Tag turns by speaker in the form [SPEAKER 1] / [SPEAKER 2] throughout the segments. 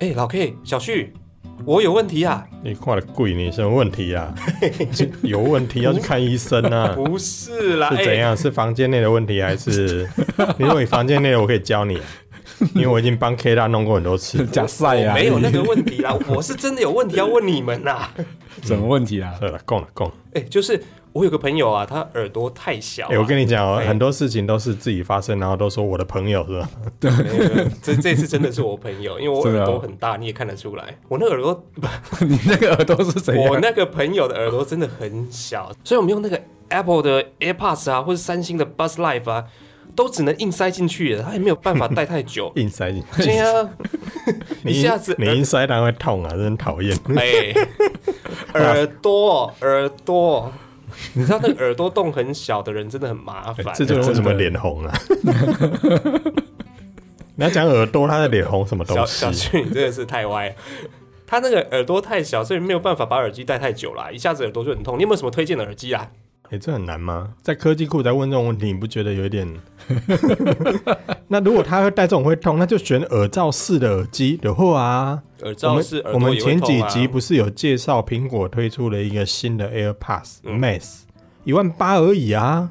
[SPEAKER 1] 哎、老 K，小旭，我有问题啊！
[SPEAKER 2] 你挂的贵，你什么问 题啊？这有问题要去看医生啊？
[SPEAKER 1] 不是啦，
[SPEAKER 2] 是
[SPEAKER 1] 哎、
[SPEAKER 2] 怎样？是房间内的问题还是？ 你如果你房间内的，我可以教你，因为我已经帮 K 大弄过很 多次。
[SPEAKER 3] 假赛
[SPEAKER 1] 我
[SPEAKER 3] 啊，
[SPEAKER 1] 没有那
[SPEAKER 3] 你
[SPEAKER 1] 个问题啦， 我是真的有问题要问你们啊呐、
[SPEAKER 3] 什么问题啊？
[SPEAKER 2] 对了，够了，够了。
[SPEAKER 1] 哎、就是我有个朋友啊，他耳朵太小、啊
[SPEAKER 2] 哎，我跟你讲哦，
[SPEAKER 1] 哎
[SPEAKER 2] 很多事情都是自己发生，然后都说我的朋友 是吧？
[SPEAKER 1] 没有没有这这次真的是我朋友，因为 我
[SPEAKER 2] 啊
[SPEAKER 3] 真的
[SPEAKER 1] 耳朵
[SPEAKER 3] 哦
[SPEAKER 1] 很大，你也看得出来，我那个耳朵，
[SPEAKER 3] 你那个耳朵是
[SPEAKER 2] 哎
[SPEAKER 3] 怎
[SPEAKER 1] 我
[SPEAKER 3] 样？
[SPEAKER 1] 那个朋友的耳朵真的很小，所以我们用那个 Apple 的 AirPods 啊，或者三星的 Buzz Life 啊，都只能硬塞进去，它也没有办法戴太
[SPEAKER 2] 。
[SPEAKER 1] 久
[SPEAKER 2] 硬塞进去，
[SPEAKER 1] 对啊，
[SPEAKER 2] 你
[SPEAKER 1] 一下子呃
[SPEAKER 2] 你硬塞当然会痛啊，真讨厌。
[SPEAKER 1] 哎， 耳朵耳朵，你知道那个耳朵洞很小的人真的很麻
[SPEAKER 2] 哎
[SPEAKER 1] 烦。
[SPEAKER 2] 这种人为什么
[SPEAKER 3] 真的
[SPEAKER 2] 脸 红啊？你要讲耳朵，他的脸红什么东
[SPEAKER 1] 小
[SPEAKER 2] 西
[SPEAKER 1] 小？旭，你真的是太歪了。他那个耳朵太小，所以没有办法把耳机戴太久啦，一下子耳朵就很痛。你有没有什么推荐的耳机啊？
[SPEAKER 2] 哎、这很难吗？在科技库在问这种问题，你不觉得有一点？ 那如果他会戴这种会痛，那就选耳罩式的耳机的话啊。
[SPEAKER 1] 耳
[SPEAKER 2] 我
[SPEAKER 1] 罩
[SPEAKER 2] 们
[SPEAKER 1] 是耳
[SPEAKER 2] 我
[SPEAKER 1] 朵
[SPEAKER 2] 们
[SPEAKER 1] 也会
[SPEAKER 2] 前
[SPEAKER 1] 痛
[SPEAKER 2] 几
[SPEAKER 1] 啊。
[SPEAKER 2] 集不是有介绍苹果推出了一个新的 AirPods
[SPEAKER 1] 嗯
[SPEAKER 2] Max，一、万八而已啊。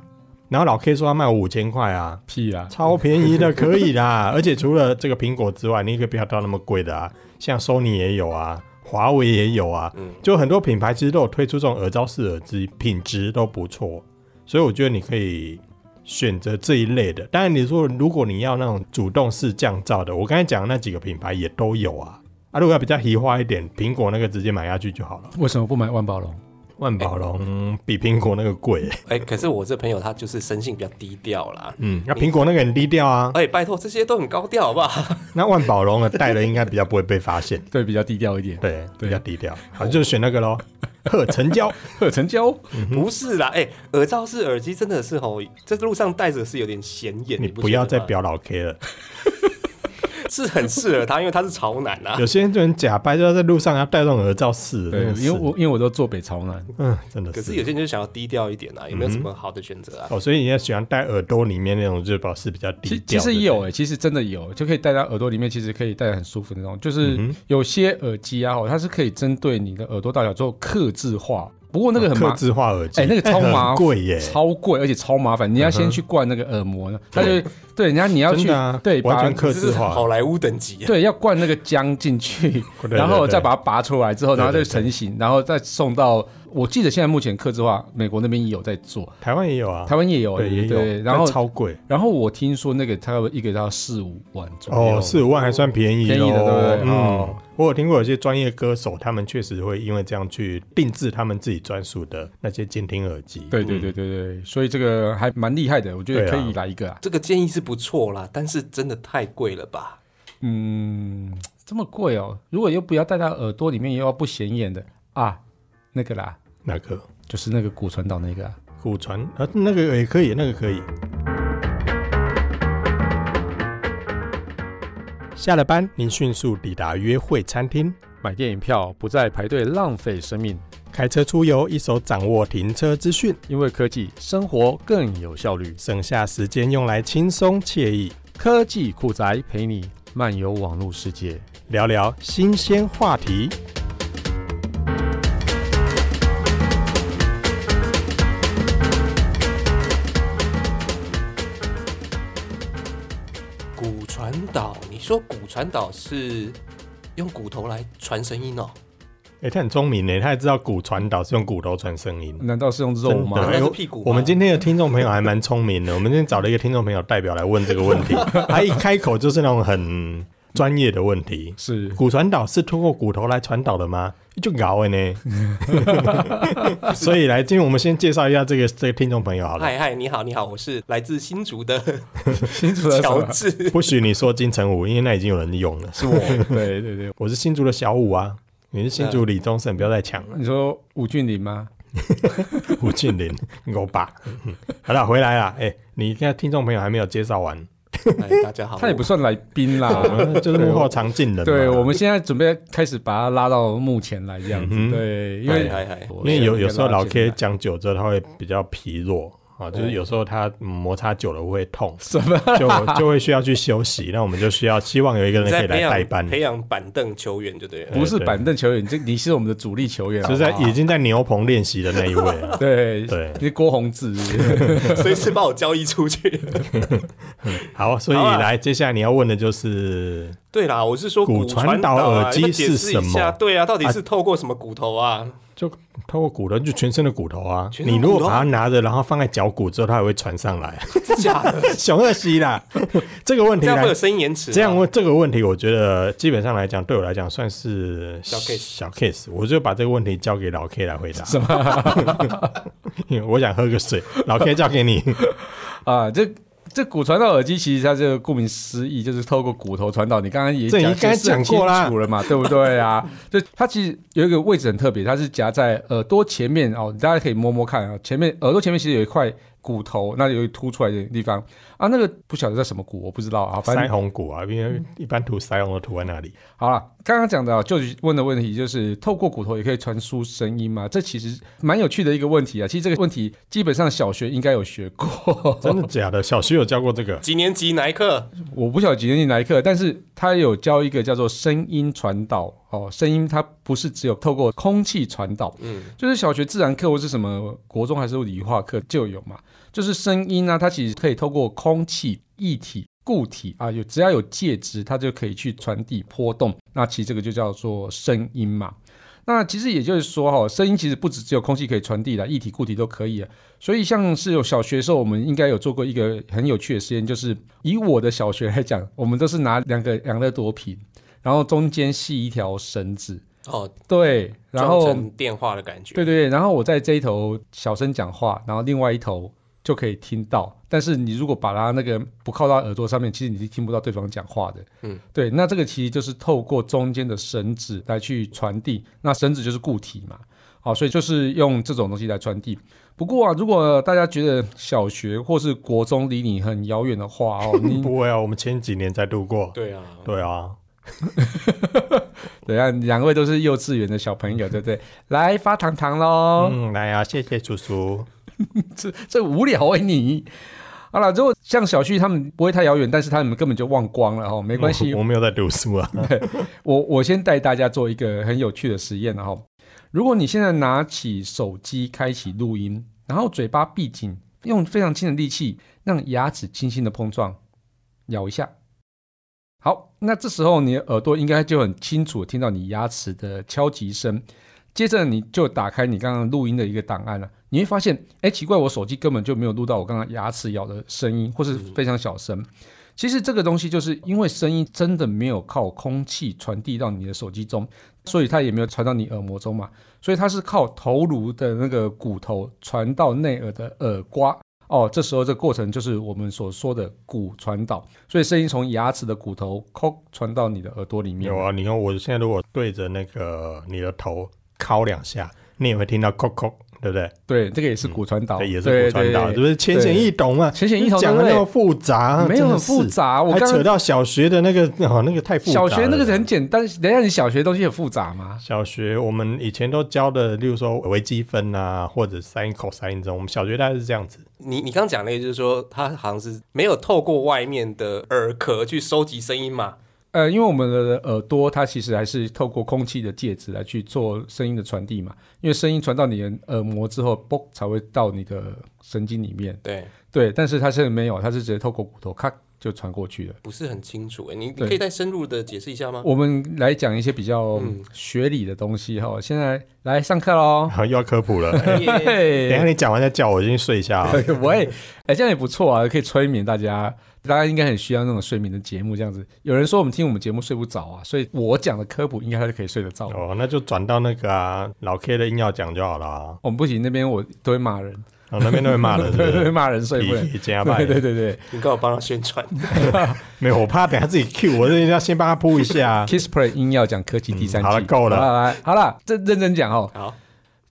[SPEAKER 2] 然后老 K 说他卖我五千块啊，
[SPEAKER 3] 屁 啊！
[SPEAKER 2] 超便宜的，可以啦。 而且除了这个苹果之外，你也可以不要到那么贵的啊，像 Sony 也有啊，华为也有啊，
[SPEAKER 1] 嗯
[SPEAKER 2] 就很多品牌其实都有推出这种耳罩式耳机，品质都不错。所以我觉得你可以选择这一类的。当然，你说如果你要那种主动式降噪的，我刚才讲的那几个品牌也都有啊。啊，如果要比较移化一点，苹果那个直接买下去就好了。
[SPEAKER 3] 为什么不买万宝龙？
[SPEAKER 2] 万宝龙嗯比苹果那个贵，
[SPEAKER 1] 哎、可是我这朋友他就是生性比较低调啦。
[SPEAKER 2] 嗯，那苹果那个很低调啊。
[SPEAKER 1] 哎、拜托，这些都很高调，好不好？
[SPEAKER 2] 那万宝龙的戴了应该比较不会被发现。
[SPEAKER 3] 对，比较低调一点。
[SPEAKER 2] 对，比
[SPEAKER 3] 对
[SPEAKER 2] 较低调，好，就选那个喽。呵，成交，
[SPEAKER 3] 贺 成交，
[SPEAKER 2] 嗯
[SPEAKER 1] 不是啦，哎、耳罩式耳机真的是吼，在路上戴着是有点显眼，
[SPEAKER 2] 你
[SPEAKER 1] 你
[SPEAKER 2] 不要
[SPEAKER 1] 觉得
[SPEAKER 2] 再
[SPEAKER 1] 吗，
[SPEAKER 2] 表老 K 了。
[SPEAKER 1] 是很适合他，因为他是潮男啊。
[SPEAKER 2] 有些人就很假掰，就要在路上要戴这种耳罩式，
[SPEAKER 3] 对
[SPEAKER 2] 真的，是
[SPEAKER 3] 因为我因为我都坐北朝南，
[SPEAKER 2] 嗯，真的
[SPEAKER 1] 可是
[SPEAKER 2] 是嗯
[SPEAKER 1] 有些人就想要低调一点啊，有没有什么好的选择啊？
[SPEAKER 2] 哦，所以你要喜欢戴耳朵里面那种，就表示比较低
[SPEAKER 3] 其
[SPEAKER 2] 调。
[SPEAKER 3] 其实
[SPEAKER 2] 对不对
[SPEAKER 3] 有诶、其实真的有，就可以戴到耳朵里面，其实可以戴得很舒服的那种。就是有些耳机啊，哦它是可以针对你的耳朵大小做刻制化，不过那个很麻
[SPEAKER 2] 刻字哦化耳机，
[SPEAKER 3] 哎、那个超
[SPEAKER 2] 很
[SPEAKER 3] 麻
[SPEAKER 2] 贵耶，
[SPEAKER 3] 超贵，而且超麻烦。你要先去灌那个耳膜呢，它就对，人家你要
[SPEAKER 2] 真
[SPEAKER 3] 去
[SPEAKER 2] 的啊，
[SPEAKER 3] 对，
[SPEAKER 2] 完
[SPEAKER 3] 把
[SPEAKER 2] 全刻
[SPEAKER 1] 这是
[SPEAKER 2] 字化
[SPEAKER 1] 好，莱坞等级、啊。
[SPEAKER 3] 对要灌那个浆进去，
[SPEAKER 2] 对
[SPEAKER 3] 然后
[SPEAKER 2] 对
[SPEAKER 3] 再把它拔出来之后，
[SPEAKER 2] 对对
[SPEAKER 3] 然后再
[SPEAKER 2] 对
[SPEAKER 3] 成型，然后再送到。我记得现在目前刻制化，美国那边也有在做，
[SPEAKER 2] 台湾也有啊，
[SPEAKER 3] 台湾也有，
[SPEAKER 2] 对也
[SPEAKER 3] 对
[SPEAKER 2] 有，
[SPEAKER 3] 然后
[SPEAKER 2] 但超贵
[SPEAKER 3] 然后我听说那个它一个要四五万左右，
[SPEAKER 2] 哦，四五万还算便宜
[SPEAKER 3] 便宜的
[SPEAKER 2] 咯
[SPEAKER 3] 对不对
[SPEAKER 2] 嗯
[SPEAKER 3] 哦，
[SPEAKER 2] 我有听过有些专业歌手，他们确实会因为这样去定制他们自己专属的那些监听耳机。
[SPEAKER 3] 对对对对对，所以这个还蛮厉害的，我觉得
[SPEAKER 2] 嗯对
[SPEAKER 3] 可
[SPEAKER 2] 啊
[SPEAKER 3] 以来一个啊。
[SPEAKER 1] 这个建议是不错啦，但是真的太贵了吧？
[SPEAKER 3] 嗯，这么贵哦，如果又不要戴到耳朵里面，又要不显眼的啊，那个啦，
[SPEAKER 2] 那个
[SPEAKER 3] 就是那个骨传导那个啊。
[SPEAKER 2] 骨传啊，那个也可以，那个可以。下了班，您迅速抵达约会餐厅，
[SPEAKER 3] 买电影票不再排队浪费生命，
[SPEAKER 2] 开车出游，一手掌握停车资讯，
[SPEAKER 3] 因为科技生活更有效率。
[SPEAKER 2] 省下时间用来轻松惬意
[SPEAKER 3] 科技酷宅陪你漫游网络世界。
[SPEAKER 2] 聊聊新鲜话题。
[SPEAKER 1] 骨传导，你说骨传导是用骨头来传声音哦？
[SPEAKER 2] 哎、他很聪明呢，他也知道骨传导是用骨头传声音。
[SPEAKER 3] 难道是用肉
[SPEAKER 2] 真
[SPEAKER 3] 吗
[SPEAKER 2] 的？
[SPEAKER 1] 那
[SPEAKER 2] 哎
[SPEAKER 1] 是
[SPEAKER 2] 呦
[SPEAKER 1] 屁股吗。
[SPEAKER 2] 我们今天的听众朋友还蛮聪明的，我们今天找了一个听众朋友代表来问这个问 题，他一开口就是那种很专业的问题。
[SPEAKER 3] 是
[SPEAKER 2] 骨传导是通过骨头来传导的吗？就搞哎呢， 所以来，今天我们先介绍一下这个这个听众朋友好了。
[SPEAKER 1] 嗨嗨，你好，你好，我是来自新竹 的
[SPEAKER 3] 清
[SPEAKER 2] 啊
[SPEAKER 3] 楚了 什
[SPEAKER 1] 乔
[SPEAKER 3] 么？
[SPEAKER 1] 治，
[SPEAKER 2] 不许你说金城武，因为那已经有人用了。
[SPEAKER 3] 是我，对对对，
[SPEAKER 2] 我是新竹的小武啊，你是新竹李宗盛，不要再抢 了。
[SPEAKER 3] 你说吴俊霖吗？
[SPEAKER 2] 吴俊霖，我爸。 好了，回来啦。哎、你看听众朋友还没有介绍 完，
[SPEAKER 1] 哎，大家好，
[SPEAKER 3] 他也不算来宾
[SPEAKER 2] 我
[SPEAKER 3] 啦。
[SPEAKER 2] 们就是幕后常进人嘛。
[SPEAKER 3] 对，我们现在准备开始把他拉到幕前来，这样子。
[SPEAKER 2] 嗯哼
[SPEAKER 3] 对，因
[SPEAKER 1] 嗨
[SPEAKER 3] 为
[SPEAKER 1] 嗨嗨，
[SPEAKER 3] 因，
[SPEAKER 2] 因为有有时候老 K 讲久之后，他会比较疲弱，啊，就是有时候它嗯摩擦久了会痛
[SPEAKER 3] 什么？
[SPEAKER 2] 就就会需要去休息。那我们就需要希望有一个
[SPEAKER 1] 你
[SPEAKER 2] 人可
[SPEAKER 1] 在
[SPEAKER 2] 以
[SPEAKER 1] 培
[SPEAKER 2] 来代
[SPEAKER 1] 养
[SPEAKER 2] 班，
[SPEAKER 1] 培养板凳球员就 对了。
[SPEAKER 3] 不是
[SPEAKER 2] 对
[SPEAKER 3] 板凳球员，你这你是我们的主力球员，
[SPEAKER 2] 就是在
[SPEAKER 3] 好不好。
[SPEAKER 2] 已经在牛棚练习的 那一位啊
[SPEAKER 3] 对
[SPEAKER 2] 对
[SPEAKER 3] 你是郭宏志是不是
[SPEAKER 1] 随时把我交易出去。
[SPEAKER 2] 好，所以
[SPEAKER 1] 好啊
[SPEAKER 2] 来接下来你要问 的就是
[SPEAKER 1] 对啦，我是说
[SPEAKER 2] 骨
[SPEAKER 1] 传
[SPEAKER 2] 传导
[SPEAKER 1] 啊
[SPEAKER 2] 耳机
[SPEAKER 1] 要解
[SPEAKER 2] 是
[SPEAKER 1] 释
[SPEAKER 2] 什
[SPEAKER 1] 一下
[SPEAKER 2] 么
[SPEAKER 1] 对啊，到底是透过什么骨头啊？
[SPEAKER 2] 就透过骨头，就全身的骨头啊。
[SPEAKER 1] 全身
[SPEAKER 2] 你
[SPEAKER 1] 的骨头
[SPEAKER 2] 如果把它拿着，然后放在脚骨之后，它也会传 上来。
[SPEAKER 1] 假的，
[SPEAKER 2] 熊二西 啦，这个问
[SPEAKER 1] 这
[SPEAKER 2] 题
[SPEAKER 1] 样
[SPEAKER 2] 来
[SPEAKER 1] 会有声音延迟啊。
[SPEAKER 2] 这样问这个问题，我觉得基本上来讲，对我来讲算是
[SPEAKER 1] 小 case
[SPEAKER 2] 小 case，我就把这个问题交给老 K 来回答。什么？ 我想喝个水，老 K 交给你。
[SPEAKER 3] 啊，这。这骨传导耳机其实它这个顾名思义就是透过骨头传导，你刚刚也
[SPEAKER 2] 这
[SPEAKER 3] 讲
[SPEAKER 2] 你刚才
[SPEAKER 3] 解释很
[SPEAKER 2] 讲过啦
[SPEAKER 3] 清楚了嘛，对不 对啊？就它其实有一个位置很特别，它是夹在耳朵前面哦，你大家可以摸摸看啊、前面耳朵前面其实有一块骨头，那有一凸出来的地方啊，那个不晓得叫什么骨，我不知道啊， 反正
[SPEAKER 2] 腮红骨啊，因为一般涂腮红都涂在那里。
[SPEAKER 3] 好了，刚刚讲的、啊，就是问的问题就是透过骨头也可以传输声音吗？这其实蛮有趣的一个问题啊。其实这个问题基本上小学应该有学过，
[SPEAKER 2] 真的假的？小徐有教过这个？
[SPEAKER 1] 几年级哪一课？
[SPEAKER 3] 我不晓得几年级哪一课，但是他有教一个叫做声音传导哦，声音它不是只有透过空气传导，嗯，就是小学自然课或是什么国中还是理化课就有嘛，就是声音啊呢、它其实可以透过空气、液体、固体啊，有只要有介质，它就可以去传递波动，那其实这个就叫做声音嘛。那其实也就是说哈、声音其实不只只有空气可以传递的，液体、固体都可以啊。所以像是有小学的时候，我们应该有做过一个很有趣的实验，就是以我的小学来讲，我们都是拿两个养乐多瓶，然后中间系一条绳子，
[SPEAKER 1] 哦，
[SPEAKER 3] 对，然
[SPEAKER 1] 装
[SPEAKER 3] 后
[SPEAKER 1] 成电话的感觉。
[SPEAKER 3] 对对对，然后我在这一头小声讲话，然后另外一头就可以听到。但是你如果把它那个不靠到耳朵上面，其实你是听不到对方讲话的。嗯，对，那这个其实就是透过中间的绳子来去传递，那绳子就是固体嘛。好，所以就是用这种东西来传递。不过啊，如果大家觉得小学或是国中离你很遥远的话哦，你
[SPEAKER 2] 不会啊，我们前几年才度过。
[SPEAKER 1] 对啊，
[SPEAKER 2] 对啊，
[SPEAKER 3] 等一下两位都是幼稚园的小朋友，对不对？来发糖糖喽！
[SPEAKER 2] 嗯，来啊，谢谢叔叔。
[SPEAKER 3] 这这无聊哎、你。好了，如果像小旭他们不会太遥远，但是他们根本就忘光了哦，没关系 嗯
[SPEAKER 2] 我，我没有在读书啊。
[SPEAKER 3] 我我先带大家做一个很有趣的实验哈。如果你现在拿起手机开启录音，然后嘴巴闭紧，用非常轻的力气，让牙齿轻轻的碰撞，咬一下。好，那这时候你的耳朵应该就很清楚地听到你牙齿的敲击声。接着你就打开你刚刚录音的一个档案了、你会发现，哎，奇怪，我手机根本就没有录到我刚刚牙齿咬的声音，或是非常小声。其实这个东西就是因为声音真的没有靠空气传递到你的手机中，所以它也没有传到你耳膜中嘛，所以它是靠头颅的那个骨头传到内耳的耳瓜。哦，这时候这过程就是我们所说的骨传导，所以声音从牙齿的骨头抠传到你的耳朵里面。
[SPEAKER 2] 有啊，你看我现在如果对着那个你的头敲两下，你也会听到“扣扣”，对不对？
[SPEAKER 3] 对，这个也是骨传导，
[SPEAKER 2] 嗯对，也是
[SPEAKER 3] 对
[SPEAKER 2] 骨传导，
[SPEAKER 3] 对
[SPEAKER 2] 是不是浅显易懂嘛？
[SPEAKER 3] 浅显易懂
[SPEAKER 2] 讲的
[SPEAKER 3] 对不对
[SPEAKER 2] 那么复杂，
[SPEAKER 3] 没有很
[SPEAKER 2] 啊真的是
[SPEAKER 3] 复，杂。我
[SPEAKER 2] 还
[SPEAKER 3] 刚
[SPEAKER 2] 扯
[SPEAKER 3] 刚
[SPEAKER 2] 到小学的那个哦，那个太复杂
[SPEAKER 3] 小
[SPEAKER 2] 了。
[SPEAKER 3] 学那个很简单，等一下你小学东西很复杂吗？
[SPEAKER 2] 小学我们以前都教的，例如说微积分啊，或者 sin、cos、这种，我们小学大概是这样子。
[SPEAKER 1] 你你刚刚讲那个就是说，它好像是没有透过外面的耳壳去收集声音嘛？
[SPEAKER 3] 呃，因为我们的耳朵它其实还是透过空气的介质来去做声音的传递嘛，因为声音传到你的耳膜之后，嘣才会到你的神经里面。
[SPEAKER 1] 对，
[SPEAKER 3] 对，但是它现在没有，它是直接透过骨头咔就传过去了。
[SPEAKER 1] 不是很清楚诶。你你
[SPEAKER 3] 对
[SPEAKER 1] 可以再深入的解释一下吗？
[SPEAKER 3] 我们来讲一些比较
[SPEAKER 2] 嗯
[SPEAKER 3] 学理的东西哈、现在来上课喽。
[SPEAKER 2] 然后又要科普了。
[SPEAKER 1] 耶
[SPEAKER 2] 等一下
[SPEAKER 3] 嘿，
[SPEAKER 2] 你讲完再叫我，我先睡一下啊。
[SPEAKER 3] 喂，哎，这样也不错啊，可以催眠大家。大家应该很需要那种睡眠的节目，这样子。有人说我们听我们节目睡不着啊，所以我讲的科普应该他就可以睡得着。
[SPEAKER 2] 哦，那就转到那个啊，老 K 的硬要讲就好了啊。
[SPEAKER 3] 我们不行，那边我都会骂人，
[SPEAKER 2] 哦，那边都会骂 人，是不
[SPEAKER 3] 对对，
[SPEAKER 2] 是？
[SPEAKER 3] 骂人所以不能。
[SPEAKER 2] 皮加
[SPEAKER 3] 对
[SPEAKER 2] 派，
[SPEAKER 3] 对对对
[SPEAKER 1] 你刚好帮他宣 传，
[SPEAKER 2] 没有，我怕等下自己 Q，我这定要先帮他铺一 下。
[SPEAKER 3] ，Kiss Play 音要讲科技第三
[SPEAKER 2] 嗯
[SPEAKER 3] 季，
[SPEAKER 2] 好了够了
[SPEAKER 3] 好了，来好了，这认真讲哦。
[SPEAKER 1] 好，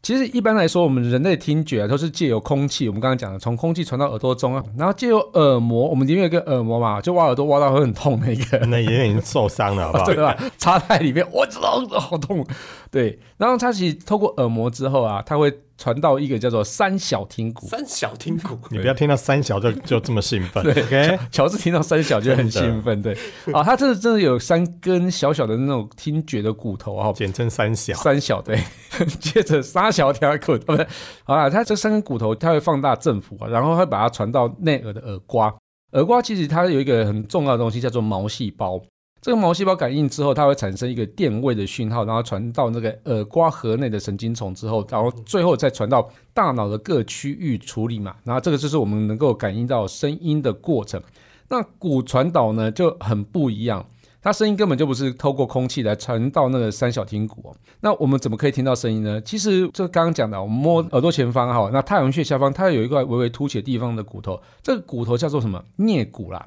[SPEAKER 3] 其实一般来说，我们人类听觉啊，都是借由空气，我们刚刚讲的，从空气传到耳朵中啊，然后借由耳膜，我们里面有一个耳膜嘛，就挖耳朵挖到会很痛那个，
[SPEAKER 2] 那眼已经受伤了，好不好
[SPEAKER 3] 对？吧？插在里面，我知道好痛。对，然后它其实透过耳膜之后啊，它会传到一个叫做三小听鼓。
[SPEAKER 1] 三小听鼓，
[SPEAKER 2] 你不要听到三小就 就这么兴奋
[SPEAKER 3] 对
[SPEAKER 2] ，OK？
[SPEAKER 3] 乔治听到三小就很
[SPEAKER 2] 真的
[SPEAKER 3] 兴奋，对，啊，他这真的有三根小小的那种听觉的骨头啊、哦，
[SPEAKER 2] 简称三小。
[SPEAKER 3] 三小对， 接着沙小条骨头，不是，好啦，它这三根骨头它会放大振幅啊，然后会把它传到内耳的耳瓜。耳瓜其实它有一个很重要的东西叫做毛细胞，这个毛细胞感应之后，它会产生一个电位的讯号，然后传到那个耳瓜核内的神经丛之后，然后最后再传到大脑的各区域处理嘛。然后这个就是我们能够感应到声音的过程。那骨传导呢就很不一样，它声音根本就不是透过空气来传到那个三小听骨、哦。那我们怎么可以听到声音呢？其实这刚刚讲的，我们摸耳朵前方哈，那太阳穴下方它有一块微微凸起的地方的骨头，这个骨头叫做什么？颞骨啦。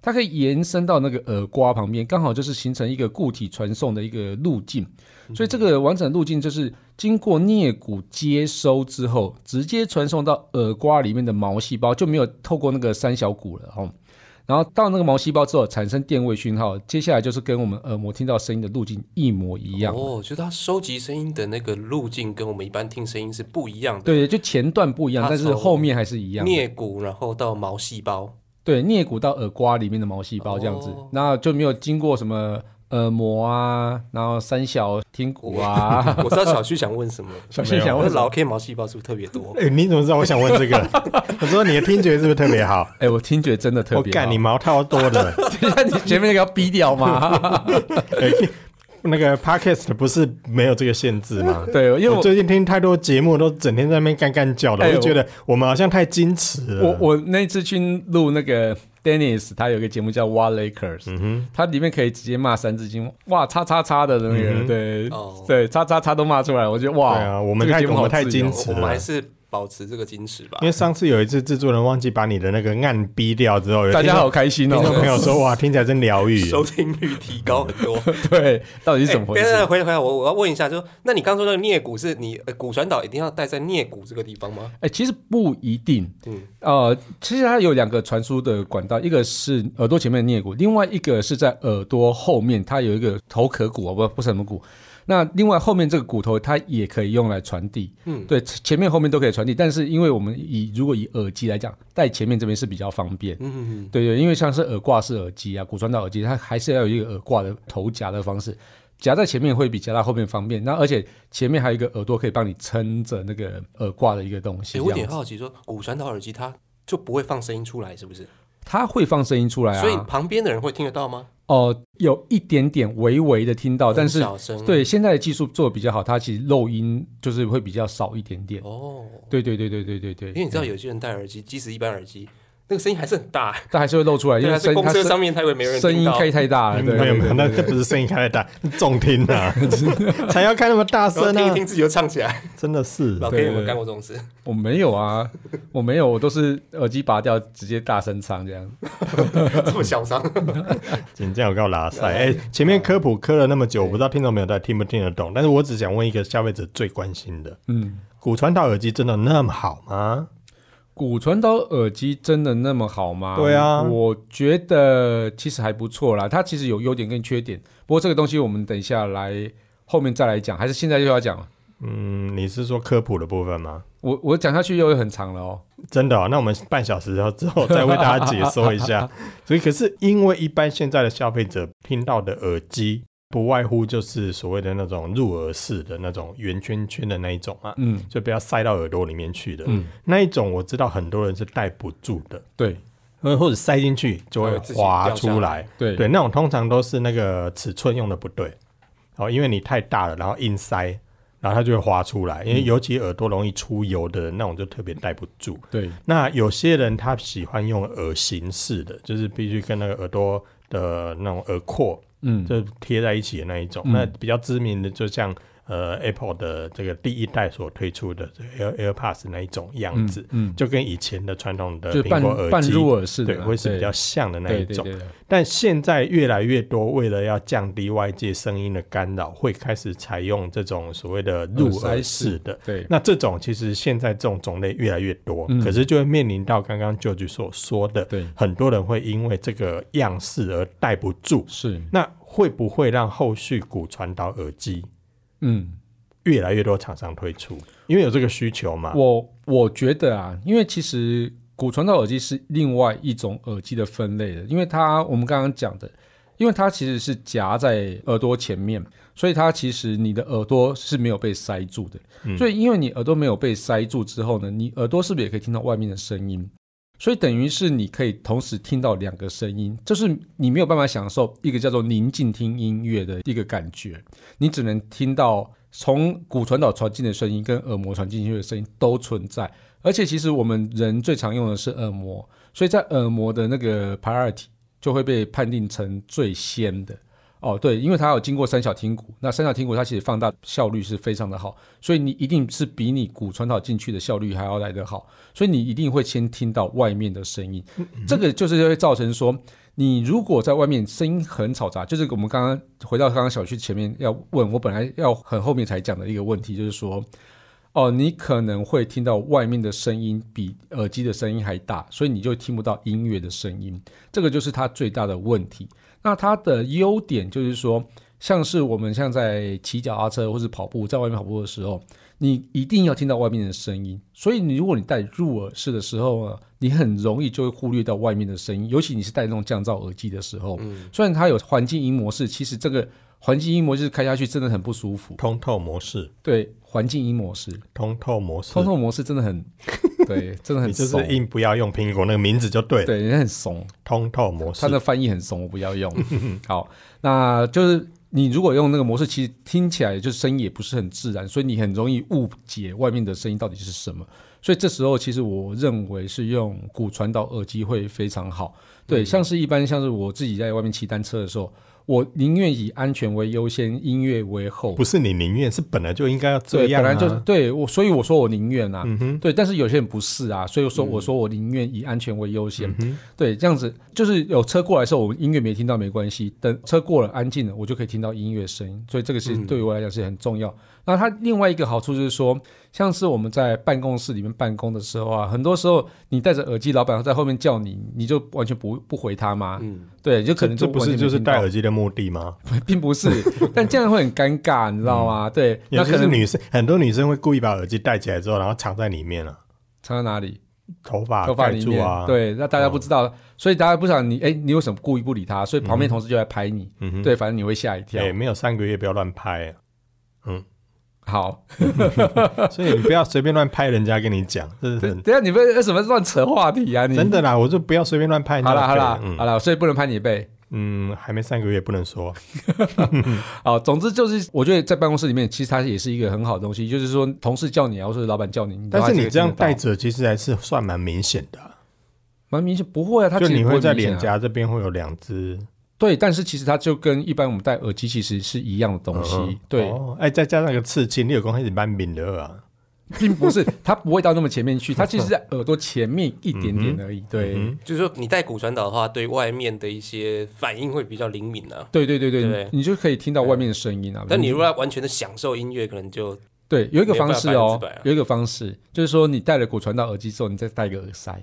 [SPEAKER 3] 它可以延伸到那个耳瓜旁边，刚好就是形成一个固体传送的一个路径。所以这个完整路径就是经过颞骨接收之后，直接传送到耳瓜里面的毛细胞，就没有透过那个三小骨了哦。然后到那个毛细胞之后，产生电位讯号，接下来就是跟我们耳膜听到声音的路径一模一样。
[SPEAKER 1] 哦，就是它收集声音的那个路径跟我们一般听声音是不一样的。
[SPEAKER 3] 对，就前段不一样，
[SPEAKER 1] 它
[SPEAKER 3] 但是
[SPEAKER 1] 从
[SPEAKER 3] 后面还是一样的。
[SPEAKER 1] 颞骨，然后到毛细胞，
[SPEAKER 3] 对，颞骨到耳瓜里面的毛细胞这样子
[SPEAKER 1] 哦，
[SPEAKER 3] 那、就没有经过什么耳膜啊，然后三小听 骨啊。
[SPEAKER 1] 我知道小旭想问什么，
[SPEAKER 3] 小心想
[SPEAKER 1] 我
[SPEAKER 3] 问
[SPEAKER 1] 的
[SPEAKER 3] 什么，
[SPEAKER 1] 老 K 毛细胞是不是特别多？
[SPEAKER 2] 哎、你怎么知道我想问这个？ 我说你的听觉是不是特别好？
[SPEAKER 3] 哎、我听觉真的特
[SPEAKER 2] 我
[SPEAKER 3] 别
[SPEAKER 2] 干
[SPEAKER 3] 好
[SPEAKER 2] 你，毛超多 的。
[SPEAKER 3] 等一下你前面那个要逼掉吗？
[SPEAKER 2] 哎那个 podcast 不是没有这个限制吗？
[SPEAKER 3] 对，因为
[SPEAKER 2] 我
[SPEAKER 3] 我
[SPEAKER 2] 最近听太多节目，都整天在那边干干叫的，
[SPEAKER 3] 哎
[SPEAKER 2] 我就
[SPEAKER 3] 我
[SPEAKER 2] 觉得我们好像太矜持了。
[SPEAKER 3] 我我那次去录那个 Dennis，他有一个节目叫《哇 Lakers》，他
[SPEAKER 2] 嗯
[SPEAKER 3] 里面可以直接骂三字经，哇叉叉叉的那个，
[SPEAKER 2] 嗯哼
[SPEAKER 3] 对、
[SPEAKER 1] 哦
[SPEAKER 3] 对，叉叉叉都骂出来，我觉得哇，
[SPEAKER 2] 对啊我们
[SPEAKER 3] 这个
[SPEAKER 2] 太
[SPEAKER 3] 节目好哦
[SPEAKER 2] 我们太
[SPEAKER 3] 自由
[SPEAKER 2] 矜
[SPEAKER 1] 我
[SPEAKER 2] 持
[SPEAKER 1] 我
[SPEAKER 2] 了
[SPEAKER 1] 们还是保持这个矜持吧
[SPEAKER 2] 因。为上次有一次制作人忘记把你的那个按逼掉之后，有
[SPEAKER 3] 大
[SPEAKER 2] 听
[SPEAKER 3] 家
[SPEAKER 2] 众
[SPEAKER 3] 好开心
[SPEAKER 2] 听众
[SPEAKER 3] 哦，
[SPEAKER 2] 朋友说 哇，听起来真疗愈。
[SPEAKER 1] 收听率提高很多，
[SPEAKER 3] 对，到底是怎么回
[SPEAKER 1] 哎
[SPEAKER 3] 事？
[SPEAKER 1] 等等回来回来，我我要问一下，就那你刚说那个颞骨是你呃骨传导一定要戴在颞骨这个地方吗？
[SPEAKER 3] 哎、其实不一定。
[SPEAKER 1] 嗯
[SPEAKER 3] 呃，其实它有两个传输的管道，一个是耳朵前面的颞骨，另外一个是在耳朵后面，它有一个头壳骨，哦不不是什么骨。那另外后面这个骨头，它也可以用来传递。
[SPEAKER 1] 嗯
[SPEAKER 3] 嗯，对，前面后面都可以传递，但是因为我们以如果以耳机来讲，戴前面这边是比较方便。
[SPEAKER 1] 嗯，
[SPEAKER 3] 对对，因为像是耳挂式耳机啊，骨传导耳机，它还是要有一个耳挂的头夹的方式，夹在前面会比夹在后面方便。那而且前面还有一个耳朵可以帮你撑着那个耳挂的一个东西，
[SPEAKER 1] 哎，
[SPEAKER 3] 这
[SPEAKER 1] 我有
[SPEAKER 3] 样
[SPEAKER 1] 点
[SPEAKER 3] 子
[SPEAKER 1] 好奇，说骨传导耳机它就不会放声音出来，是不是？
[SPEAKER 3] 它会放声音出来啊。
[SPEAKER 1] 所以旁边的人会听得到吗？
[SPEAKER 3] 哦、有一点点微微的听到，哦但
[SPEAKER 1] 很
[SPEAKER 3] 是
[SPEAKER 1] 小声，
[SPEAKER 3] 对现在的技术做的比较好，它其实漏音就是会比较少一点点。
[SPEAKER 1] 哦，
[SPEAKER 3] 对对对对对
[SPEAKER 1] 因
[SPEAKER 3] 对
[SPEAKER 1] 为
[SPEAKER 3] 对，
[SPEAKER 1] 你知道有些人戴耳机，即使一般耳机，那个声音还是很大，
[SPEAKER 3] 但还是会漏出来，因
[SPEAKER 1] 对
[SPEAKER 3] 为
[SPEAKER 1] 啊，在
[SPEAKER 3] 声
[SPEAKER 1] 公
[SPEAKER 3] 它
[SPEAKER 1] 车
[SPEAKER 3] 声
[SPEAKER 1] 上面他以为没有人
[SPEAKER 3] 声
[SPEAKER 1] 听
[SPEAKER 3] 音
[SPEAKER 1] 到，
[SPEAKER 3] 开太大了，对
[SPEAKER 2] 没有
[SPEAKER 3] 对
[SPEAKER 2] 没有，
[SPEAKER 3] 对
[SPEAKER 2] 那
[SPEAKER 3] 对
[SPEAKER 2] 这不是声音开太大，是重听 啊，才要开那么大
[SPEAKER 1] 然后
[SPEAKER 2] 声
[SPEAKER 1] 听一
[SPEAKER 2] 啊！
[SPEAKER 1] 听自己就唱起来。
[SPEAKER 2] 真的 是
[SPEAKER 1] 老 K 有没有干过这种事？
[SPEAKER 3] 我没有啊，我没有，我都是耳机拔掉，直接大声唱这样。
[SPEAKER 1] 这么嚣张？
[SPEAKER 2] 紧张，我告拉 塞。哎、前面科普科了那么久，我不知道听众朋友到底听不听得懂，但是我只想问一个消费者最关心的：
[SPEAKER 3] 嗯，
[SPEAKER 2] 骨传导耳机真的那么好吗？
[SPEAKER 3] 骨传导耳机真的那么好吗？
[SPEAKER 2] 对啊
[SPEAKER 3] 我觉得其实还不错啦。它其实有优点跟缺点，不过这个东西我们等一下来后面再来讲，还是现在就要讲？
[SPEAKER 2] 嗯，你是说科普的部分吗？
[SPEAKER 3] 我我讲下去又会很长了哦。
[SPEAKER 2] 真的、哦，那我们半小时后之后再为大家解说一 下。所以，可是因为一般现在的消费者听到的耳机，不外乎就是所谓的那种入耳式的那种圆圈圈的那一种嘛，啊
[SPEAKER 3] 嗯
[SPEAKER 2] 就不要塞到耳朵里面去的、
[SPEAKER 3] 嗯，
[SPEAKER 2] 那一种。我知道很多人是戴不住的，
[SPEAKER 3] 对
[SPEAKER 2] 呃，或者塞进去就会
[SPEAKER 3] 哦
[SPEAKER 1] 呃自己
[SPEAKER 2] 滑
[SPEAKER 1] 掉下
[SPEAKER 2] 出
[SPEAKER 1] 来
[SPEAKER 2] 来。
[SPEAKER 3] 对
[SPEAKER 2] 对，那种通常都是那个尺寸用的不对，哦，因为你太大了，然后硬塞，然后它就会滑出来。因
[SPEAKER 3] 嗯
[SPEAKER 2] 为尤其耳朵容易出油的人，那种就特别戴不住。
[SPEAKER 3] 对
[SPEAKER 2] 那有些人他喜欢用耳形式的，就是必须跟那个耳朵的那种耳廓
[SPEAKER 3] 嗯
[SPEAKER 2] 就贴在一起的那一种。
[SPEAKER 3] 嗯
[SPEAKER 2] 那比较知名的，就像呃 Apple 的这个第一代所推出的这个 Air AirPods 那一种样
[SPEAKER 3] 嗯
[SPEAKER 2] 子，
[SPEAKER 3] 嗯，
[SPEAKER 2] 就跟以前的传统的
[SPEAKER 3] 就
[SPEAKER 2] 呃苹
[SPEAKER 3] 半
[SPEAKER 2] 果耳
[SPEAKER 3] 半
[SPEAKER 2] 机
[SPEAKER 3] 入耳式的
[SPEAKER 2] 对，
[SPEAKER 3] 啦，
[SPEAKER 2] 会是比较像的那一
[SPEAKER 3] 对
[SPEAKER 2] 种。
[SPEAKER 3] 对对对，
[SPEAKER 2] 但现在越来越多，为了要降低外界声音的干扰，会开始采用这种所谓的入耳式的。
[SPEAKER 3] 对
[SPEAKER 2] 那这种其实现在这种种类越来越多，
[SPEAKER 3] 嗯
[SPEAKER 2] 可是就会面临到刚刚舅舅所说的，
[SPEAKER 3] 对
[SPEAKER 2] 很多人会因为这个样式而戴不住。
[SPEAKER 3] 是
[SPEAKER 2] 那会不会让后续骨传导耳机
[SPEAKER 3] 嗯
[SPEAKER 2] 越来越多厂商推出，因为有这个需求嘛。
[SPEAKER 3] 我我觉得啊，因为其实骨传导耳机是另外一种耳机的分类的，因为它我们刚刚讲的，因为它其实是夹在耳朵前面，所以它其实你的耳朵是没有被塞住的。所以因为你耳朵没有被塞住之后呢，你耳朵是不是也可以听到外面的声音？所以等于是你可以同时听到两个声音，就是你没有办法享受一个叫做宁静听音乐的一个感觉，你只能听到从骨传导传进的声音跟耳膜传进去的声音都存在。而且其实我们人最常用的是耳膜，所以在耳膜的那个 priority 就会被判定成最先的。哦，对，因为它有经过三小听骨，那三小听骨它其实放大效率是非常的好，所以你一定是比你骨传导进去的效率还要来得好，所以你一定会先听到外面的声音，这个就是会造成说，你如果在外面声音很嘈杂，就是我们刚刚回到刚刚小旭前面要问我本来要很后面才讲的一个问题，就是说，哦，你可能会听到外面的声音比耳机的声音还大，所以你就听不到音乐的声音，这个就是它最大的问题。那它的优点就是说，像是我们像在骑脚踏车或是跑步，在外面跑步的时候，你一定要听到外面的声音。所以你如果你戴入耳式的时候呢，你很容易就会忽略到外面的声音，尤其你是戴那种降噪耳机的时候，虽然它有环境音模式，其实这个环境音模式开下去真的很不舒服。
[SPEAKER 2] 通透模式，
[SPEAKER 3] 对，环境音模式，
[SPEAKER 2] 通透模式，
[SPEAKER 3] 通透模式真的很， 对，真
[SPEAKER 2] 你
[SPEAKER 3] 的很
[SPEAKER 2] 就
[SPEAKER 3] 怂
[SPEAKER 2] 是，硬不要用苹果那个名字就对了。
[SPEAKER 3] 对，人家很怂。
[SPEAKER 2] 通透模式
[SPEAKER 3] 它，的翻译很怂，我不 要用。好，那就是你如果用那个模式，其实听起来就是声音也不是很自然，所以你很容易误解外面的声音到底是什么。所以这时候，其实我认为是用骨传导耳机会非常好。对，
[SPEAKER 2] 嗯
[SPEAKER 3] 像是一般像是我自己在外面骑单车的时候，我宁愿以安全为优先，音乐为后。
[SPEAKER 2] 不是你宁愿，是本来就应该要这
[SPEAKER 3] 对，
[SPEAKER 2] 样、啊。嗯
[SPEAKER 3] 本来就对我，所以我说我宁愿啊，对，但是有些人不是啊，所以我说我说我宁愿以安全为优先，
[SPEAKER 2] 嗯
[SPEAKER 3] 对，这样子就是有车过来的时候，我们音乐没听到没关系，等车过了安静了，我就可以听到音乐声音，所以这个是
[SPEAKER 2] 嗯
[SPEAKER 3] 对我来讲是很重要。那它另外一个好处就是说，像是我们在办公室里面办公的时候啊，很多时候你戴着耳机，老板在后面叫你，你就完全不不回他嘛，对，就可能
[SPEAKER 2] 嗯这
[SPEAKER 3] 就
[SPEAKER 2] 不
[SPEAKER 3] 完
[SPEAKER 2] 是
[SPEAKER 3] 全没
[SPEAKER 2] 就是
[SPEAKER 3] 听到
[SPEAKER 2] 戴耳机的目的吗？
[SPEAKER 3] 并 不是，但这样会很尴尬，你知道吗？对，那
[SPEAKER 2] 尤其
[SPEAKER 3] 可
[SPEAKER 2] 是
[SPEAKER 3] 能
[SPEAKER 2] 女生，很多女生会故意把耳机戴起来之后，然后藏在里面啊，
[SPEAKER 3] 藏在哪里？
[SPEAKER 2] 头发
[SPEAKER 3] 头发
[SPEAKER 2] 盖
[SPEAKER 3] 里
[SPEAKER 2] 住
[SPEAKER 3] 面，
[SPEAKER 2] 啊。，
[SPEAKER 3] 对，那大家不知道，所以大家不想你，哎，你为什么故意不理他？所以
[SPEAKER 2] 嗯
[SPEAKER 3] 旁边同事就来拍你，对，反正你会吓一跳
[SPEAKER 2] 哎、。没有三个月不要乱拍、啊
[SPEAKER 3] 好，
[SPEAKER 2] 所以你不要随便乱拍人家跟你讲，这是
[SPEAKER 3] 等
[SPEAKER 2] 很
[SPEAKER 3] 等一下你为什么乱扯话题啊？你
[SPEAKER 2] 真的啦。我就不要随便乱拍人家
[SPEAKER 3] 好
[SPEAKER 2] 就可以
[SPEAKER 3] 啦好
[SPEAKER 2] 了。
[SPEAKER 3] 啦好啦，所以不能拍你背。
[SPEAKER 2] 嗯嗯，还没三个月不能说。
[SPEAKER 3] 好，总之就是，我觉得在办公室里面，其实它也是一个很好的东西，就是说同事叫你啊，或者老板叫你，
[SPEAKER 2] 但是你这样戴
[SPEAKER 3] 带，
[SPEAKER 2] 着，其实还是算蛮明显的啊、
[SPEAKER 3] 蛮明显，不会啊，它
[SPEAKER 2] 就
[SPEAKER 3] 其实
[SPEAKER 2] 你
[SPEAKER 3] 不
[SPEAKER 2] 会在
[SPEAKER 3] 明显
[SPEAKER 2] 脸
[SPEAKER 3] 啊。
[SPEAKER 2] 颊这边会有两只
[SPEAKER 3] 对，但是其实它就跟一般我们戴耳机其实是一样的东西
[SPEAKER 2] 嗯，
[SPEAKER 3] 对，
[SPEAKER 2] 哦哎、再加上一个刺青，你有空开始蛮敏的啊。
[SPEAKER 3] 并不是它不会到那么前 面去，它其实在耳朵前面一点点而已，对。
[SPEAKER 2] 嗯
[SPEAKER 1] 就是说你戴骨传导的话，对外面的一些反应会比较灵敏啊。
[SPEAKER 3] 对对对
[SPEAKER 1] 对
[SPEAKER 3] 对，
[SPEAKER 1] 不对
[SPEAKER 3] 你你就可以听到外面的声音啊。
[SPEAKER 1] 但你如果要完全的享受音乐，可能就
[SPEAKER 3] 对有一个方式
[SPEAKER 1] 没有办
[SPEAKER 3] 哦
[SPEAKER 1] 法100%啊，
[SPEAKER 3] 有一个方式就是说，你戴了骨传导耳机之后，你再戴一个耳 塞。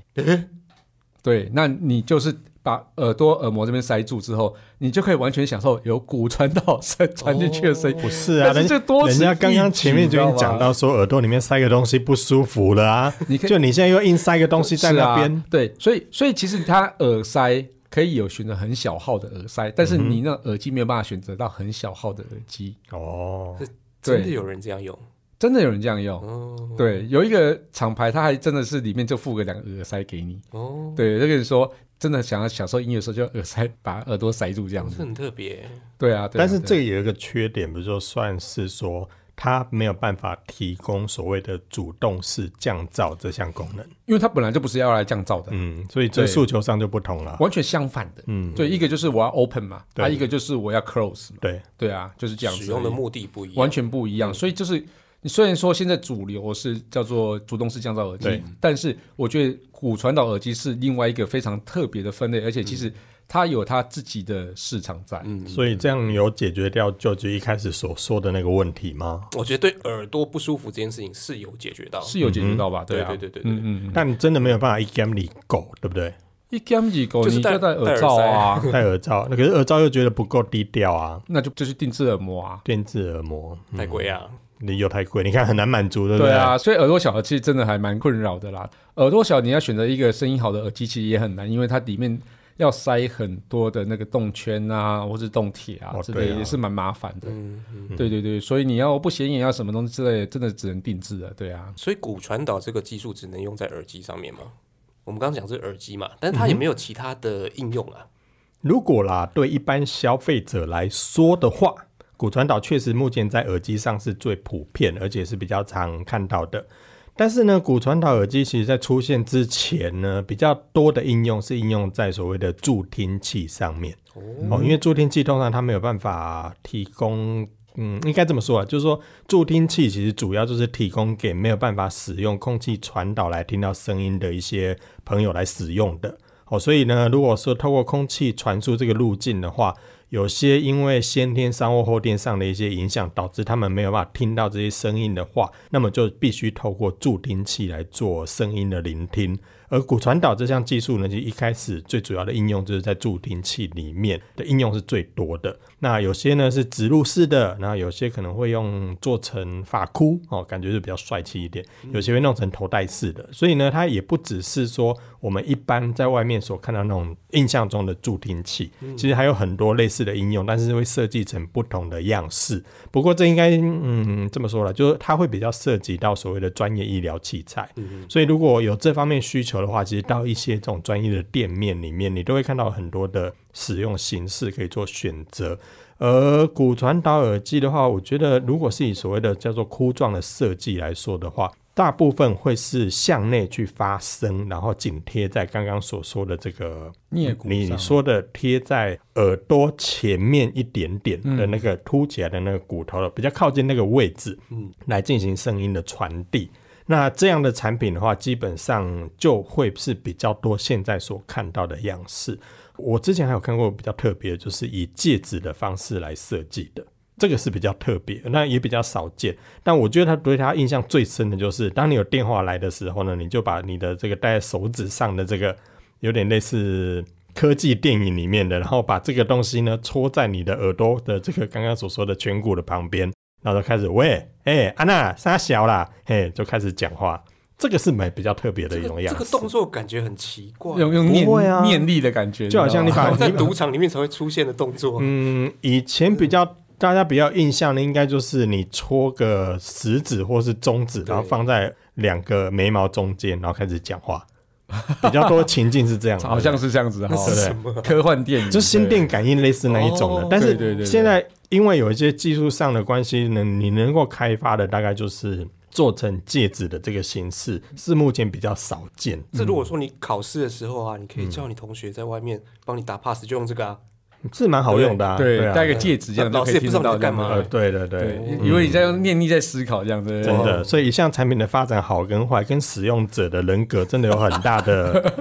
[SPEAKER 3] 对，那你就是把耳朵耳膜这边塞住之后，你就可以完全享受有骨传导声传进去的声音。
[SPEAKER 1] 哦
[SPEAKER 2] 不是啊，
[SPEAKER 3] 哎但
[SPEAKER 2] 人
[SPEAKER 3] 是这多
[SPEAKER 2] 人
[SPEAKER 3] 此
[SPEAKER 2] 家刚
[SPEAKER 3] 一
[SPEAKER 2] 刚
[SPEAKER 3] 举
[SPEAKER 2] 前面就已经
[SPEAKER 3] 你知道吗
[SPEAKER 2] 讲到说耳朵里面塞个东西不舒服了啊，
[SPEAKER 3] 你可以
[SPEAKER 2] 就你现在又硬塞个东西在
[SPEAKER 3] 是
[SPEAKER 2] 那
[SPEAKER 3] 啊
[SPEAKER 2] 边，
[SPEAKER 3] 对，所以所以其实它耳塞可以有选择很小号的耳塞，但是你
[SPEAKER 1] 嗯
[SPEAKER 3] 那耳机没有办法选择到很小号的耳机。
[SPEAKER 2] 哦，
[SPEAKER 3] 对
[SPEAKER 1] 真的有人这样用。
[SPEAKER 3] 真的有人这样用，
[SPEAKER 1] 哦
[SPEAKER 3] 对，有一个厂牌，它还真的是里面就附个两个耳塞给你，
[SPEAKER 1] 哦，
[SPEAKER 3] 对，就跟你说，真的想要享受音乐的时候，就耳塞把耳朵塞住这样
[SPEAKER 1] 这
[SPEAKER 3] 子。
[SPEAKER 1] 很特别。
[SPEAKER 3] 对啊，对啊
[SPEAKER 2] 但是
[SPEAKER 3] 对啊
[SPEAKER 2] 这个有一个缺点，不是说算是说它没有办法提供所谓的主动式降噪这项功能，
[SPEAKER 3] 因为它本来就不是要来降噪的，
[SPEAKER 2] 嗯，所以这
[SPEAKER 3] 对
[SPEAKER 2] 诉求上就不同了，
[SPEAKER 3] 完全相反的。
[SPEAKER 2] 嗯，
[SPEAKER 3] 对，一个就是我要 open 嘛，
[SPEAKER 2] 对
[SPEAKER 3] 啊，一个就是我要 close 嘛。
[SPEAKER 2] 对，
[SPEAKER 3] 对啊，就是这样子而已。
[SPEAKER 1] 使用的目的不一样，
[SPEAKER 3] 完全不一样。所以就是你虽然说现在主流是叫做主动式降噪耳
[SPEAKER 2] 对
[SPEAKER 3] 机，但是我觉得骨传导耳机是另外一个非常特别的分类，而且其实
[SPEAKER 1] 嗯
[SPEAKER 3] 它有它自己的市场在。
[SPEAKER 2] 所以这样有解决掉就就一开始所说的那个问题吗？
[SPEAKER 1] 我觉得对耳朵不舒服这件事情是有解决到，
[SPEAKER 3] 是有解决到吧？
[SPEAKER 1] 对
[SPEAKER 3] 啊，
[SPEAKER 1] 对对对对
[SPEAKER 3] 嗯嗯，
[SPEAKER 2] 但你真的没有办法一 game 里狗，对不对？
[SPEAKER 3] 一 gam 几狗，
[SPEAKER 1] 就是
[SPEAKER 3] 你
[SPEAKER 1] 戴
[SPEAKER 3] 就戴耳罩啊，
[SPEAKER 2] 戴耳罩，那可是耳罩又觉得不够低调啊，
[SPEAKER 3] 那就就是定制耳膜啊。
[SPEAKER 2] 电子耳膜，嗯
[SPEAKER 3] 嗯
[SPEAKER 1] 太贵啊！
[SPEAKER 2] 你又太贵，你看很难满足，对不
[SPEAKER 3] 对啊，所以耳朵小其实真的还蛮困扰的啦。耳朵小你要选择一个声音好的耳机，其实也很难，因为它里面要塞很多的那个动圈啊，或是动铁啊
[SPEAKER 2] 哦
[SPEAKER 3] 之类
[SPEAKER 2] 对
[SPEAKER 3] 的，
[SPEAKER 2] 啊
[SPEAKER 3] 也是蛮麻烦的。
[SPEAKER 1] 嗯，嗯
[SPEAKER 3] 对对对，所以你要不显眼要什么东西之类的，真的只能定制了。对啊，
[SPEAKER 1] 所以骨传导这个技术只能用在耳机上面吗？我们刚刚讲是耳机嘛，但
[SPEAKER 3] 嗯
[SPEAKER 1] 是它也没有其他的应用啊。
[SPEAKER 2] 如果啦，对一般消费者来说的话，骨传导确实目前在耳机上是最普遍，而且是比较常看到的。但是呢，骨传导耳机其实在出现之前呢，比较多的应用是应用在所谓的助听器上面。哦，因为助听器通常它没有办法提供，嗯，应该这么说啊，就是说助听器其实主要就是提供给没有办法使用空气传导来听到声音的一些朋友来使用的。哦，所以呢，如果说透过空气传输这个路径的话，有些因为先天上或后天上的一些影响，导致他们没有办法听到这些声音的话，那么就必须透过助听器来做声音的聆听。而骨传导这项技术呢，其实一开始最主要的应用就是在助听器里面的应用是最多的。那有些呢是植入式的，然后有些可能会用做成发箍哦，感觉就比较帅气一点；有些会弄成头戴式的。所以呢，它也不只是说我们一般在外面所看到那种印象中的助听器，其实还有很多类似的应用，但是会设计成不同的样式。不过这应该嗯这么说了，就是它会比较涉及到所谓的专业医疗器材。
[SPEAKER 3] 嗯
[SPEAKER 1] 嗯
[SPEAKER 2] 所以如果有这方面需求的话，其实到一些这种专业的店面里面，你都会看到很多的使用形式可以做选择。而骨传导耳机的话，我觉得如果是以所谓的叫做箍状的设计来说的话，大部分会是向内去发声，然后紧贴在刚刚所说的这个
[SPEAKER 3] 颞骨
[SPEAKER 2] 嗯你
[SPEAKER 3] 上
[SPEAKER 2] 说的贴在耳朵前面一点点的那个凸起来的那个骨头了，比较靠近那个位置，嗯，来进行声音的传递。那这样的产品的话，基本上就会是比较多现在所看到的样式。我之前还有看过比较特别的，就是以戒指的方式来设计的，这个是比较特别，那也比较少见。但我觉得他对他印象最深的就是，当你有电话来的时候呢，你就把你的这个戴在手指上的这个，有点类似科技电影里面的，然后把这个东西呢戳在你的耳朵的这个刚刚所说的颧骨的旁边，然后就开始喂，哎、安娜，傻小啦，嘿，就开始讲话。这个是蛮比较特别的
[SPEAKER 1] 这
[SPEAKER 2] 一种
[SPEAKER 1] 个
[SPEAKER 2] 样
[SPEAKER 1] 这
[SPEAKER 2] 子，
[SPEAKER 1] 个动作感觉很奇怪，
[SPEAKER 3] 用用念
[SPEAKER 2] 不会啊
[SPEAKER 3] 念力的感觉，
[SPEAKER 2] 就好像你
[SPEAKER 3] 知道吗
[SPEAKER 2] 把
[SPEAKER 1] 在赌场里面才会出现的动作。
[SPEAKER 2] 嗯，以前比较大家比较印象的，应该就是你戳个食指或是中指，
[SPEAKER 1] 对
[SPEAKER 2] 然后放在两个眉毛中间，然后开始讲话，比较多情境是这样的，
[SPEAKER 3] 好像是这样子 哈
[SPEAKER 1] 那，是
[SPEAKER 2] 对
[SPEAKER 1] 什么？
[SPEAKER 3] 科幻电影
[SPEAKER 2] 就心
[SPEAKER 3] 对
[SPEAKER 2] 电感应类似那一种的。
[SPEAKER 1] 哦
[SPEAKER 2] 但
[SPEAKER 3] 对对对
[SPEAKER 2] 是
[SPEAKER 3] 对
[SPEAKER 2] 现在因为有一些技术上的关系呢，你能够开发的大概就是做成戒指的这个形式，是目前比较少见的。
[SPEAKER 1] 这如
[SPEAKER 3] 嗯
[SPEAKER 1] 果说你考试的时候啊，你可以叫你同学在外面帮你打 pass，就用这个啊。
[SPEAKER 2] 是蛮好用的、啊，
[SPEAKER 3] 对
[SPEAKER 2] 啊
[SPEAKER 3] 戴个戒指这样
[SPEAKER 1] 老
[SPEAKER 3] 就
[SPEAKER 1] 师也
[SPEAKER 3] 可以
[SPEAKER 1] 不
[SPEAKER 3] 听
[SPEAKER 1] 知道
[SPEAKER 3] 得
[SPEAKER 1] 你在
[SPEAKER 3] 到
[SPEAKER 1] 干
[SPEAKER 3] 这样
[SPEAKER 1] 嘛
[SPEAKER 2] 呃，对对对
[SPEAKER 3] 对，，因为你在用念力在思考这样子，
[SPEAKER 2] 嗯真的，所以一项产品的发展好跟坏，跟使用者的人格真的有很大 的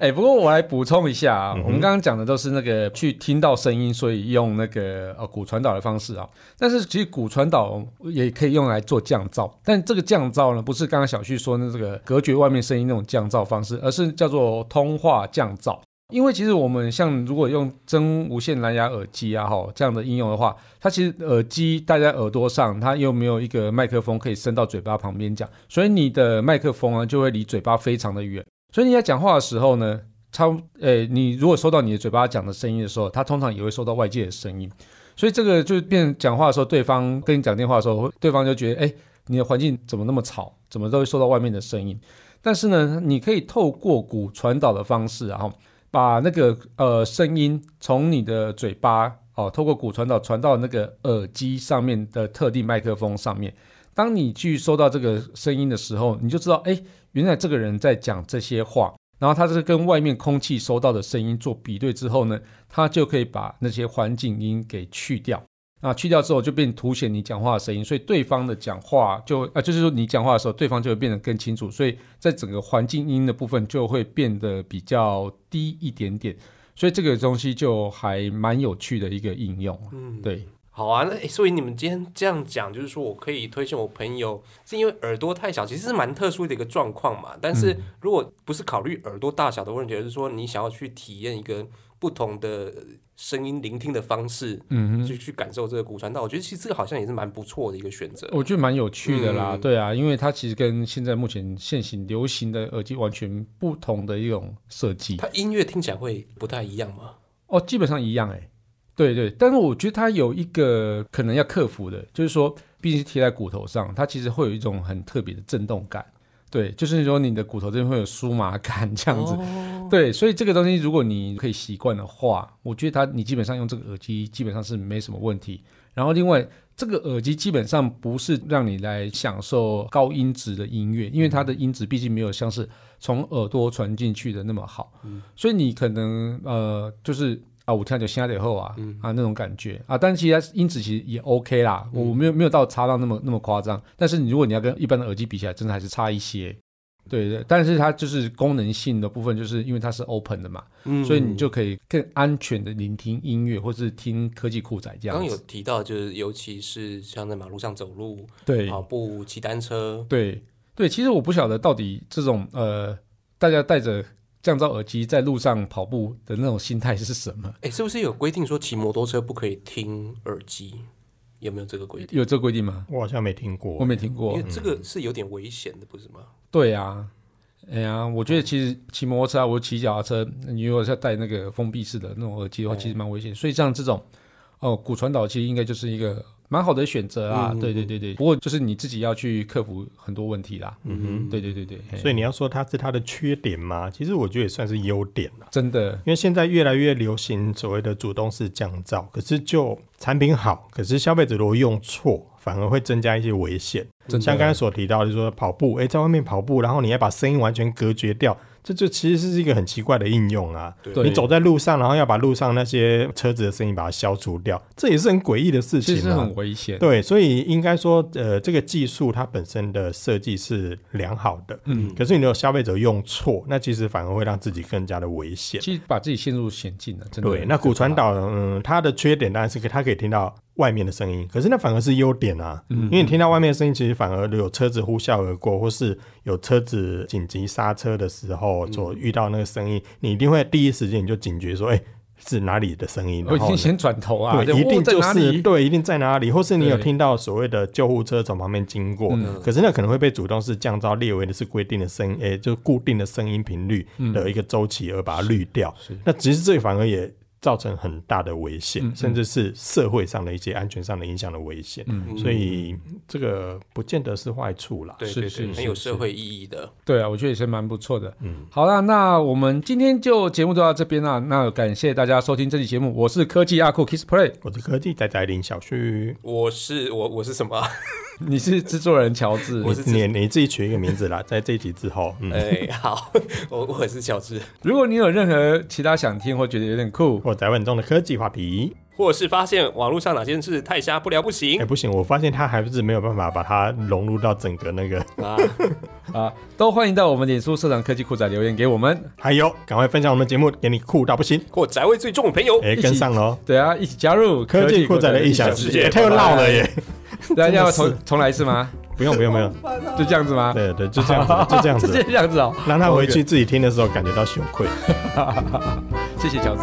[SPEAKER 3] 哎、不过我来补充一下啊，我们刚刚讲的都是那个去听到声音，所以用那个呃骨传导的方式啊。但是其实骨传导也可以用来做降噪，但这个降噪呢，不是刚刚小旭说的这个隔绝外面声音那种降噪方式，而是叫做通话降噪。因为其实我们像如果用真无线蓝牙耳机啊，哈这样的应用的话，它其实耳机戴在耳朵上，它又没有一个麦克风可以伸到嘴巴旁边讲，所以你的麦克风啊就会离嘴巴非常的远。所以你在讲话的时候呢，它呃，你如果收到你的嘴巴讲的声音的时候，它通常也会收到外界的声音，所以这个就变成讲话的时候，对方跟你讲电话的时候，对方就觉得哎，诶你的环境怎么那么吵，怎么都会收到外面的声音。但是呢，你可以透过骨传导的方式啊，然后把那个呃声音从你的嘴巴哦，透过骨传导传到那个耳机上面的特定麦克风上面。当你去收到这个声音的时候，你就知道，哎，原来这个人在讲这些话，然后他是跟外面空气收到的声音做比对之后呢，他就可以把那些环境音给去掉。啊，去掉之后就变凸显你讲话的声音，所以对方的讲话就啊，就是说你讲话的时候，对方就会变得更清楚，所以在整个环境音的部分就会变得比较低一点点，所以这个东西就还蛮有趣的一个应用。嗯，对，
[SPEAKER 1] 好啊，那、诶所以你们今天这样讲，就是说我可以推荐我朋友，是因为耳朵太小，其实是蛮特殊的一个
[SPEAKER 3] 嗯
[SPEAKER 1] 状况嘛。但是如果不是考虑耳朵大小的问题，而是说你想要去体验一个不同的声音聆听的方式，
[SPEAKER 3] 嗯哼，
[SPEAKER 1] 去去感受这个骨传导。我觉得其实这个好像也是蛮不错的一个选择。
[SPEAKER 3] 我觉得蛮有趣的啦，
[SPEAKER 1] 嗯
[SPEAKER 3] 对啊，因为它其实跟现在目前现行流行的耳机完全不同的一种设计
[SPEAKER 1] 它音乐听起来会不太一样吗？
[SPEAKER 3] 哦，基本上一样哎、对对，但是我觉得它有一个可能要克服的，就是说，毕竟是贴在骨头上，它其实会有一种很特别的震动感，对，就是说你的骨头这边会有酥麻感这样子，对，所以这个东西如果你可以习惯的话，我觉得它你基本上用这个耳机基本上是没什么问题。然后另外这个耳机基本上不是让你来享受高音质的音乐，因为它的音质毕竟没有像是从耳朵传进去的那么好，所以你可能呃就是。啊，我听到就瞎点后啊、
[SPEAKER 1] 嗯
[SPEAKER 3] 啊那种感觉啊，但其实它音质其实也 OK 啦，
[SPEAKER 1] 嗯
[SPEAKER 3] 我没有没有到差到那么那么夸张，但是你如果你要跟一般的耳机比起来，真的还是差一些。对对，但是它就是功能性的部分，就是因为它是 open 的嘛，
[SPEAKER 1] 嗯
[SPEAKER 3] 所以你就可以更安全的聆听音乐，或是听科技酷仔这
[SPEAKER 1] 刚
[SPEAKER 3] 样
[SPEAKER 1] 刚有
[SPEAKER 3] 子。
[SPEAKER 1] 提到，就是尤其是像在马路上走路、
[SPEAKER 3] 对
[SPEAKER 1] 跑步、骑单车，
[SPEAKER 3] 对对，其实我不晓得到底这种呃，大家戴着降噪耳机在路上跑步的那种心态是什么？
[SPEAKER 1] 哎，是不是有规定说骑摩托车不可以听耳机？有没有这个规定？
[SPEAKER 3] 有这规定吗？
[SPEAKER 2] 我好像没听过
[SPEAKER 3] 我。没听
[SPEAKER 1] 因
[SPEAKER 3] 过
[SPEAKER 1] 为。这个是有点危险的，不是吗？
[SPEAKER 3] 对啊，哎呀，
[SPEAKER 2] 嗯
[SPEAKER 3] 我觉得其实骑摩托车啊，我骑脚踏车，你如果是要戴那个封闭式的那种耳机的话，其实蛮危险。所以像这种哦，骨传导其实应该就是一个蛮好的选择啊。
[SPEAKER 1] 嗯嗯
[SPEAKER 3] 对对对对，不过就是你自己要去克服很多问题啦。
[SPEAKER 1] 嗯
[SPEAKER 3] 对对对对，嘿
[SPEAKER 2] 所以你要说它是它的缺点吗？其实我觉得也算是优点啦，
[SPEAKER 3] 真的
[SPEAKER 2] 因为现在越来越流行所谓的主动式降噪，可是就产品好，可是消费者如果用错，反而会增加一些危险。
[SPEAKER 3] 真的
[SPEAKER 2] 像刚才所提到，就是说跑步，诶，在外面跑步，然后你要把声音完全隔绝掉，这就其实是一个很奇怪的应用啊。
[SPEAKER 3] 嗯对
[SPEAKER 2] 你走在路上，然后要把路上那些车子的声音把它消除掉，这也是很诡异的事
[SPEAKER 3] 其
[SPEAKER 2] 情
[SPEAKER 3] 实
[SPEAKER 2] 啊
[SPEAKER 3] 很。危险。
[SPEAKER 2] 对，所以应该说，呃，这个技术它本身的设计是良好的，
[SPEAKER 3] 嗯，
[SPEAKER 2] 可是你如果消费者用错，那其实反而会让自己更加的危险。
[SPEAKER 3] 其实把自己陷入险境了，真的。
[SPEAKER 2] 对，那骨传
[SPEAKER 3] 导，
[SPEAKER 2] 导，嗯，它的缺点当然是它可以听到外面的声音，可是那反而是优点啊，
[SPEAKER 3] 嗯
[SPEAKER 2] 因为你听到外面的声音，其实反而有车子呼啸而过，或是有车子紧急刹车的时
[SPEAKER 3] 嗯
[SPEAKER 2] 候所遇到那个声音，你一定会第一时间你就警觉说，哎、是哪里的声音？
[SPEAKER 3] 我
[SPEAKER 2] 然
[SPEAKER 3] 哦已
[SPEAKER 2] 后
[SPEAKER 3] 经
[SPEAKER 2] 呢
[SPEAKER 3] 先转头啊，
[SPEAKER 2] 对，一定
[SPEAKER 3] 在
[SPEAKER 2] 就
[SPEAKER 3] 哪
[SPEAKER 2] 是
[SPEAKER 3] 里？
[SPEAKER 2] 对，一定在哪里，或是你有
[SPEAKER 3] 对
[SPEAKER 2] 听到所谓的救护车从旁边经过，
[SPEAKER 1] 嗯
[SPEAKER 2] 可是那可能会被主动式降噪列为的是规定的声，诶、就固定的声音频率的一个周期而把它滤掉。
[SPEAKER 3] 是
[SPEAKER 2] 那其实这个反而也造成很大的危险，
[SPEAKER 3] 嗯嗯
[SPEAKER 2] 甚至是社会上的一些安全上的影响的危险。
[SPEAKER 3] 嗯，
[SPEAKER 1] 嗯
[SPEAKER 2] 所以这个不见得是坏处啦。
[SPEAKER 1] 对
[SPEAKER 3] 是
[SPEAKER 1] 对
[SPEAKER 3] 是
[SPEAKER 1] 对，
[SPEAKER 3] 是
[SPEAKER 1] 很有社会意义的。
[SPEAKER 3] 对啊，我觉得也是蛮不错的。
[SPEAKER 2] 嗯，
[SPEAKER 3] 好啦，那我们今天就节目就到这边啦。那感谢大家收听这期节目，我是科技阿酷 Kiss Play，
[SPEAKER 2] 我是科技仔仔林小旭，
[SPEAKER 1] 我是我我是什么 啊？
[SPEAKER 3] 你是制作人乔治
[SPEAKER 1] 我。是
[SPEAKER 2] 你你自己取一个名字啦，在这一集之后，嗯，
[SPEAKER 1] 哎，好，我我是小智，
[SPEAKER 3] 如果你有任何其他想听或觉得有点酷，
[SPEAKER 2] 或宅稳中的科技话题。
[SPEAKER 1] 或是发现网络上哪件事太瞎不聊不
[SPEAKER 2] 哎、
[SPEAKER 1] 行
[SPEAKER 2] 不行，我发现他还是没有办法把它融入到整个那个。
[SPEAKER 1] 啊，
[SPEAKER 3] 啊，都欢迎到我们脸书社长科技酷仔留言给我们，
[SPEAKER 2] 还有，赶快分享我们的节目，给你酷到不行！
[SPEAKER 1] 或宅味最重的朋友，
[SPEAKER 2] 哎、
[SPEAKER 3] 起
[SPEAKER 2] 跟上喽！
[SPEAKER 3] 对啊，一起加 入
[SPEAKER 2] 科技酷仔的异
[SPEAKER 3] 异
[SPEAKER 2] 想
[SPEAKER 3] 想
[SPEAKER 2] 世
[SPEAKER 3] 世
[SPEAKER 2] 界，
[SPEAKER 3] 界。
[SPEAKER 2] 太有闹了耶！
[SPEAKER 3] 大家要
[SPEAKER 2] 真的
[SPEAKER 3] 重重来一 次吗？
[SPEAKER 2] 不用不用不用，
[SPEAKER 3] 就这样子吗？
[SPEAKER 2] 对对，就这样子， 就这样
[SPEAKER 3] 就
[SPEAKER 2] 子，啊
[SPEAKER 3] 这样子哦。
[SPEAKER 2] 让他回去自己听的时候感觉到羞愧。
[SPEAKER 3] 谢谢乔治。